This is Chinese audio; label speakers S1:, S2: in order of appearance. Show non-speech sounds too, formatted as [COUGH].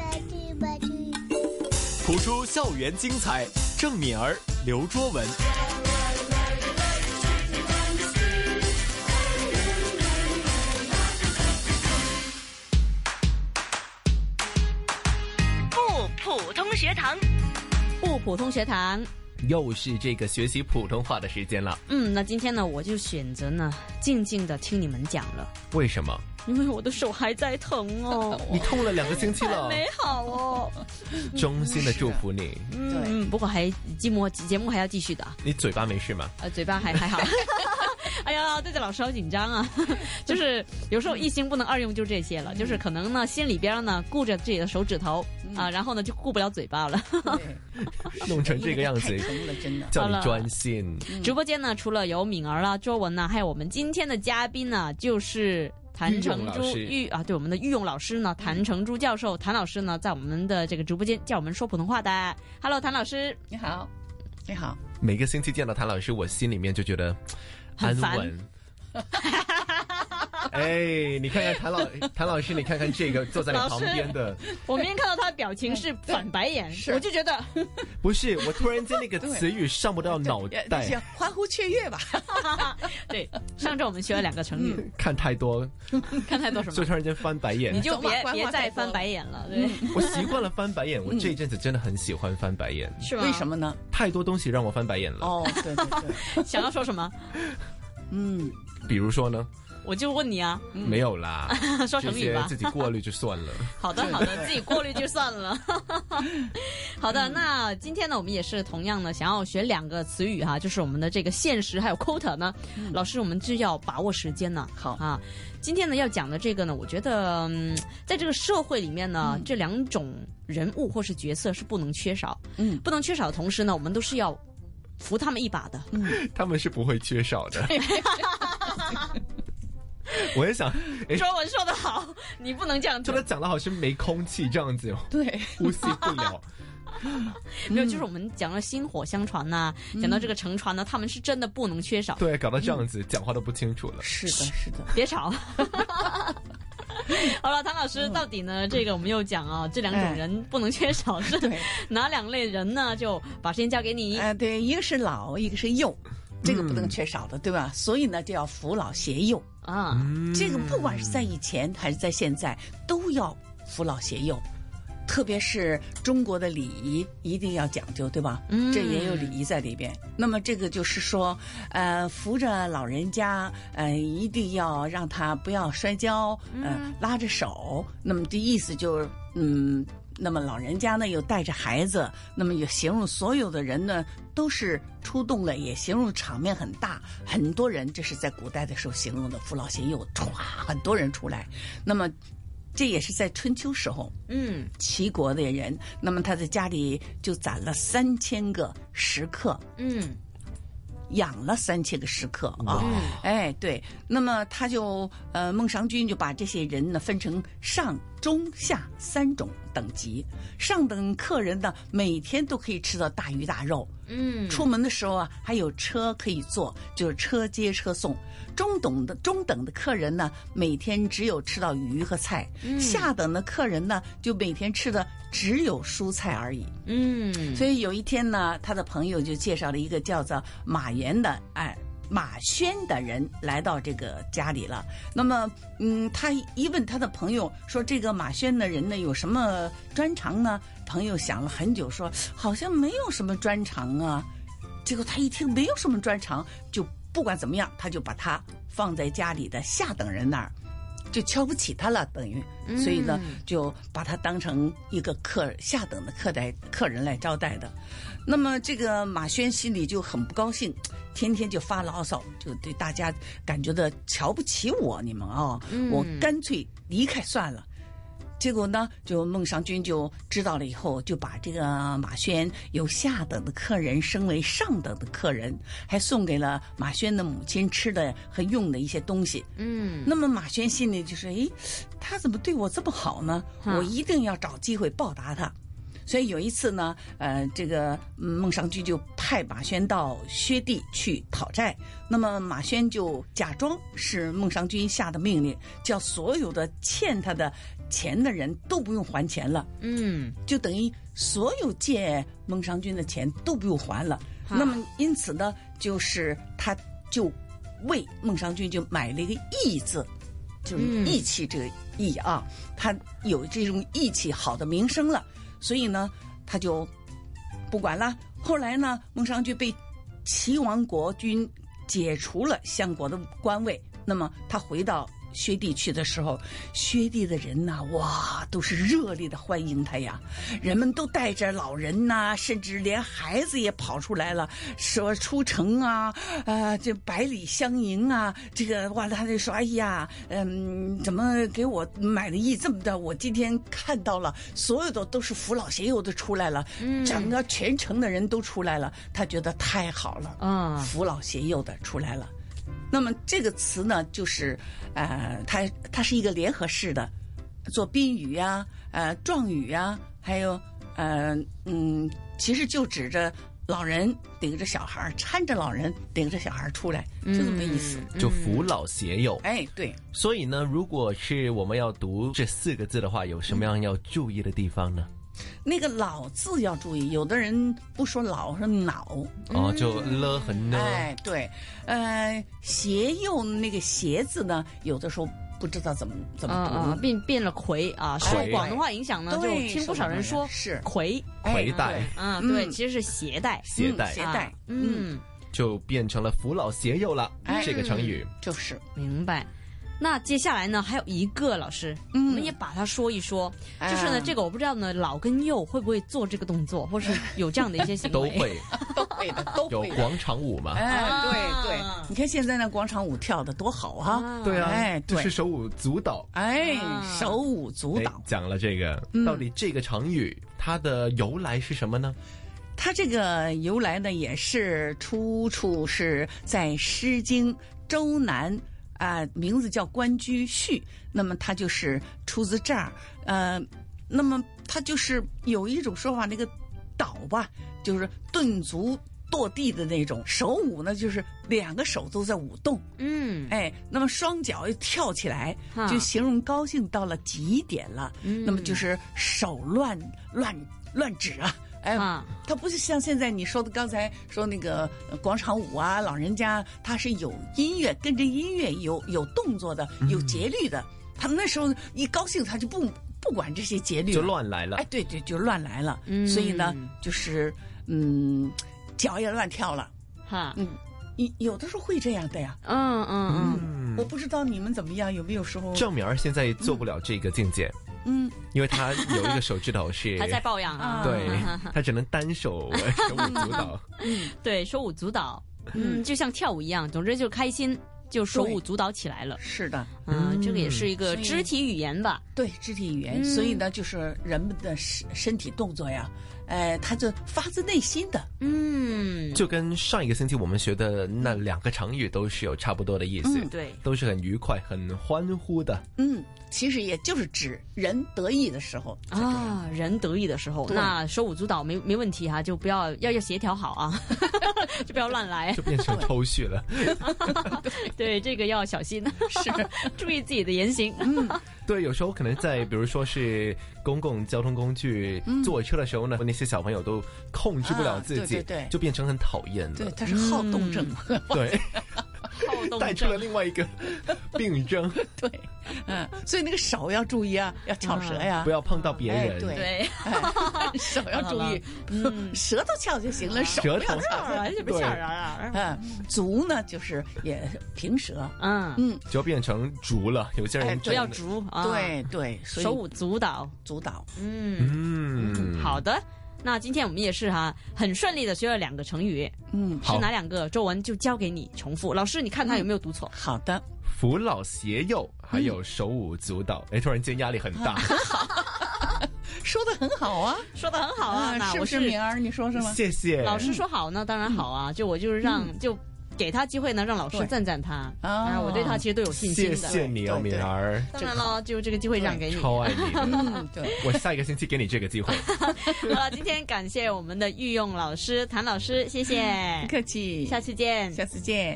S1: 吧唧，
S2: 谱出校园精彩，郑敏儿、刘卓文。
S3: 不普通学堂，
S4: 不普通学堂。
S2: 又是这个学习普通话的时间了，
S4: 嗯，那今天呢，我就选择呢静静的听你们讲了，
S2: 为什么？
S4: 因为我的手还在疼 [LAUGHS] 哦，
S2: 你痛了两个星期
S4: 还
S2: 了，
S4: 没好哦。
S2: 衷心的祝福你。
S4: 嗯，不过还节目节目还要继续的啊，
S2: 你嘴巴没事吗？
S4: 呃，嘴巴还 [LAUGHS] 还好。哎呀，对着老师好紧张啊！ [LAUGHS] 就是有时候一心不能二用，就这些了。就是可能呢，心里边呢顾着自己的手指头啊，然后呢就顾不了嘴巴了。
S5: 对， [LAUGHS]
S2: 弄成这个样子
S5: 太，疼了，真的。
S2: 叫你专心。
S5: 嗯
S4: 直播间呢，除了有敏儿啦、周文呐，还有我们今天的嘉宾呢，就是谭成
S2: 御用
S4: 珠
S2: 老师
S4: 玉啊，对我们的御用老师呢，谭成珠教授，谭老师呢，在我们的这个直播间教我们说普通话的。Hello，谭老师，
S5: 你好，你好，
S2: 每个星期见到谭老师，我心里面就觉得安
S4: 很烦
S2: 稳。哎，你看看谭老谭老师，你看看这个坐在你
S4: 老
S2: 旁
S4: 师
S2: 边的，
S4: 我明明看到他的表情是反白
S5: [LAUGHS]
S4: 眼，
S5: 是
S4: 我就觉得 [LAUGHS]
S2: 不是我突然间那个
S5: 对
S2: 词语上不到脑
S5: 也
S2: 袋，
S5: 也欢呼雀跃吧。
S4: 对。上周我们学了两个成语，
S2: 看太多，
S4: 看太
S5: [LAUGHS]
S4: 多什
S2: 所
S4: 么
S2: 以。突然间翻白眼
S4: 你。就
S5: 嗯走
S4: 别
S5: 吧
S4: 别
S5: 官话
S4: 再
S5: 太多
S4: 翻
S5: 了嗯
S4: 白眼了，对，
S2: 我习惯了翻白眼，我这一阵子真的很喜欢翻白眼，
S4: 是吗？
S5: 为什么呢？
S2: 太多东西让我翻白眼了。
S5: 哦，对对对，
S4: 想要说什么？
S5: 嗯，
S2: 比如说呢，
S4: 我就问你啊， [LAUGHS]
S2: 没有
S5: [LAUGHS]
S2: 啦，
S4: 说
S2: 这
S4: 成语
S2: 些
S4: 吧。
S2: 自己过滤就算了。
S4: 好的，
S5: 对
S4: 好的，
S5: 对
S4: 自己过滤就算了。 [LAUGHS] 好的，那今天呢，我们也是同样呢，想要学两个词语哈，就是我们的这个限时还有 quota 呢。老师，我们就要把握时间呢。
S5: 好
S4: 啊，今天呢要讲的这个呢，我觉得、嗯、在这个社会里面呢，这两种人物或是角色是不能缺少，
S5: 嗯
S4: 不能缺少的同时呢，我们都是要扶他们一把的。
S2: 他们是不会缺少的。我也想，哎，
S4: 卓文说的好，你不能这嗯样
S2: 真
S4: 做
S2: 的。讲的好像没空气这样子，
S5: 对，
S2: 呼吸不
S5: [LAUGHS]
S2: 了。
S4: 没有，就是我们讲了薪火相传呐、讲到这个乘船呢，他们是真的不能缺少。
S2: 对，搞到这样子，讲话都不清楚了。
S5: 是的，是的。
S4: 别吵。 [LAUGHS] 好了，谭老
S5: 嗯
S4: 师，到底呢？这个我们又讲啊，这两种人不能缺少是
S5: 哎对
S4: 哪两类人呢？就把时间交给你。
S5: 哎、对，一个是老，一个是幼，这个不
S2: 嗯
S5: 能缺少的，对吧？所以呢，就要扶老携幼。
S4: 啊，
S5: 嗯
S2: 嗯
S5: 这个不管是在以前还是在现在，都要扶老携幼。特别是中国的礼仪一定要讲究，对吧？
S4: 嗯
S5: 这也有礼仪在里边。那么这个就是说，呃，扶着老人家，呃，一定要让他不要摔跤，呃，拉着手。那么这意思就是，嗯，那么老人家呢又带着孩子，那么也形容所有的人呢都是出动了，也形容场面很大，很多人这是在古代的时候形容的扶老携幼，歘，很多人出来。那么这也是在春秋时候，
S4: 嗯，
S5: 齐国的人，那么他在家里就攒了三千个食客，
S4: 嗯，
S5: 养了三千个食客啊
S2: 哇。
S5: 哎，对，那么他就呃，孟尝君就把这些人呢分成上、中、下三种等级。上等客人呢，每天都可以吃到大鱼大肉，
S4: 嗯，
S5: 出门的时候啊，还有车可以坐，就是车接车送。中等的中等的客人呢，每天只有吃到鱼和菜；
S4: 嗯
S5: 下等的客人呢，就每天吃的只有蔬菜而已。
S4: 嗯，
S5: 所以有一天呢，他的朋友就介绍了一个叫做马原的哎。马轩的人来到这个家里了，那么，嗯，他一问他的朋友说，这个马轩的人呢有什么专长呢？朋友想了很久说，好像没有什么专长啊。结果他一听没有什么专长，就不管怎么样，他就把他放在家里的下等人那儿，就瞧不起他了，等于，所以呢，就把他当成一个客下等的客待客人来招待的。那么这个马轩心里就很不高兴，天天就发牢骚，就对大家感觉到瞧不起我你们啊、我干脆离开算了。结果呢，就孟尝君就知道了以后，就把这个马轩由下等的客人升为上等的客人，还送给了马轩的母亲吃的和用的一些东西。
S4: 嗯，
S5: 那么马轩心里就是，诶，他怎么对我这么好呢？
S4: 嗯
S5: 我一定要找机会报答他。所以有一次呢，呃，这个嗯孟尝君就派马轩到薛地去讨债。那么马轩就假装是孟尝君下的命令，叫所有的欠他的钱的人都不用还钱了，
S4: 嗯，
S5: 就等于所有借孟尝君的钱都不用还了。
S4: 哈
S5: 那么因此呢，就是他就为孟尝君就买了一个义字，就是
S4: 嗯
S5: 义气这个义啊，他有这种义气好的名声了，所以呢，他就不管了。后来呢，孟尝君被齐王国君解除了相国的官位，那么他回到。薛地去的时候，薛地的人呐、哇，都是热烈的欢迎他呀。人们都带着老人呐、甚至连孩子也跑出来了，说出城啊，啊，这百里相迎啊，这个哇，他就说，哎呀，嗯，怎么给我买了一这么的？我今天看到了，所有的都是扶老携幼的出来了，
S4: 嗯
S5: 整个全城的人都出来了，他觉得太好了，
S4: 啊，
S5: 扶老携幼的出来了。那么这个词呢，就是呃，它它是一个联合式的，做宾语呀、呃状语呀、还有呃嗯，其实就指着老人顶着小孩儿，搀着老人顶着小孩儿出来，就这么个意思。
S4: 嗯
S2: 就扶老携幼。
S5: 哎，对，
S2: 所以呢，如果是我们要读这四个字的话，有什么样要注意的地方呢？
S5: 那个“老”字要注意，有的人不说“老”，说“脑
S2: 哦，就了和”。呢。
S5: 嗯哎，对，呃，携幼那个“携”字呢，有的时候不知道怎么怎么读。哎
S4: 啊啊，变变了魁啊，受
S2: 魁
S4: 广东话影响呢，就
S5: 对
S4: 听不少人说
S5: 是
S4: 魁，
S2: 回带
S5: 哎、
S4: 啊，
S5: 嗯
S4: 对，其实是携带，
S2: 携带
S5: 嗯携带
S4: 啊，嗯，
S2: 就变成了扶老携幼了
S5: 哎
S2: 这个成语。
S5: 就是
S4: 明白。那接下来呢，还有一个老师，
S5: 嗯
S4: 我们也把它说一说。就是呢，
S5: 啊
S4: 这个我不知道呢，老跟幼会不会做这个动作，或是有这样的一些行为？
S2: 都会
S5: 都会的，都
S2: 有
S5: 会的。
S2: 广场舞嘛？
S5: 哎，
S4: 啊
S5: 对对，你看现在那广场舞跳的多好啊！
S4: 啊
S2: 对啊，
S5: 哎
S2: 就
S5: 对
S2: 是手舞足蹈。
S5: 哎
S4: 啊，
S5: 手舞足
S2: 哎
S5: 蹈，
S2: 讲了这个，
S5: 嗯
S2: 到底这个成语它的由来是什么呢？
S5: 它这个由来呢，也是出处是在《诗经·周南》啊、名字叫《关雎序》，那么它就是出自这儿。呃，那么它就是有一种说法，那个“蹈”吧，就是顿足跺地的那种；手舞呢，就是两个手都在舞动。
S4: 嗯，
S5: 哎，那么双脚又跳起来
S4: 哈，
S5: 就形容高兴到了极点了。
S4: 嗯
S5: 那么就是手乱乱乱指啊，哎，
S4: 啊，
S5: 它不是像现在你说的刚才说那个呃广场舞啊，老人家他是有音乐，跟着音乐有有动作的，有节律的。他们那时候一高兴，他就不不管这些节律了，
S2: 就乱来了
S5: 哎，。对对，就乱来了。
S4: 嗯
S5: 所以呢，就是嗯，脚也乱跳了。
S4: 哈，
S5: 嗯，有有的时候会这样的呀。
S4: 嗯嗯
S2: 嗯
S5: 我，不知道你们怎么样，有没有时候
S2: 郑敏儿现在做不了这个境界，
S5: 嗯，
S2: 因为她有一个手指头是
S5: [LAUGHS]
S4: 嗯，还在抱养啊，
S2: 对，她只能单手手舞足蹈。
S5: 嗯
S4: [LAUGHS] 对，手舞足蹈，嗯，就像跳舞一样，总之就开心，就手舞
S5: 对
S4: 足蹈起来了。
S5: 是的，
S4: 嗯，
S2: 嗯
S4: 这个也是一个
S5: 所以
S4: 肢体语言吧？
S5: 对肢体语言，
S4: 嗯
S5: 所以呢，就是人们的身身体动作呀，呃，他就发自内心的，
S4: 嗯，
S2: [LAUGHS] 就跟上一个星期我们学的那两个成语都是有差不多的意思，
S5: 嗯
S4: 对，
S2: 都是很愉快、很欢呼的。
S5: 嗯，其实也就是指人得意的
S4: [LAUGHS]
S5: 时候，
S4: 啊，人得意的时候，
S5: 对
S4: 那手舞足蹈没没问题哈、就不要要要协调好啊， [LAUGHS] 就不要乱来
S2: 就。变成抽蓄了。
S4: 对，这个要小心， [LAUGHS]
S5: 是
S4: 注意自己的言行。嗯
S2: 对，有时候可能在比如说是公共交通工具坐车的时候呢，那些小朋友都控制不了自己，
S5: 嗯啊对对对
S2: 就变成很讨厌
S5: [LAUGHS] 对
S2: [LAUGHS] 了，。
S5: 他是好动症，
S4: 嗯
S2: 对，
S4: 好动
S2: 带出了另外一个病症，
S5: [LAUGHS] 对，嗯，所以那个手要注意 [LAUGHS] 啊，要翘舌
S4: 嗯
S5: 呀
S2: 不，要碰到别人。
S5: 哎对
S4: 对， [LAUGHS]
S5: 哎 [LAUGHS] 手要注意，，
S4: 嗯
S5: 舌头翘就行了，手
S2: 舌
S5: 哎不要
S2: 头
S5: 翘。
S4: 啊，这不
S2: 对
S4: 吓人啊。
S5: 嗯，足呢就是也平舌，
S4: 嗯，
S5: 嗯，
S2: 就变成竹了。有些人
S5: 哎
S2: 真
S4: 不
S2: 的
S4: 要逐啊，，
S5: 对对，所以
S4: 手舞足蹈。
S5: 足蹈，
S4: 嗯，
S2: 嗯，
S4: 好的。那今天我们也是哈、很顺利的学了两个成语，
S5: 嗯，
S4: 是
S2: 好
S4: 哪两个？周文就交给你重复。老师，你看他有没有读错？
S5: 好的，
S2: 扶老携幼，还有手舞足蹈。
S5: 嗯
S2: 哎，突然间压力很大。
S5: 啊说的很好啊，
S4: 说的很好啊，那
S5: 是
S4: 我
S5: 不是敏儿？你说是
S4: [LAUGHS]
S5: 吗？
S2: 谢谢
S4: 老师说好呢，当然好啊，就我就是让、就给他机会呢，让老师
S5: 对
S4: 赞赞他。
S5: 哦
S4: 啊，我对他其实都有信心
S2: 谢
S4: 的。
S2: 谢你哦，
S5: 对对
S2: 敏儿，
S4: 当然了，就这个机会让给你。
S2: 超爱你的。
S5: [LAUGHS] 嗯，
S4: [LAUGHS]
S5: 对，
S2: 我下一个星期给你这个机会。
S4: 好了，今天感谢我们的御用老师谭老师，谢谢，
S5: 不客气，
S4: 下期见。
S5: 下次见。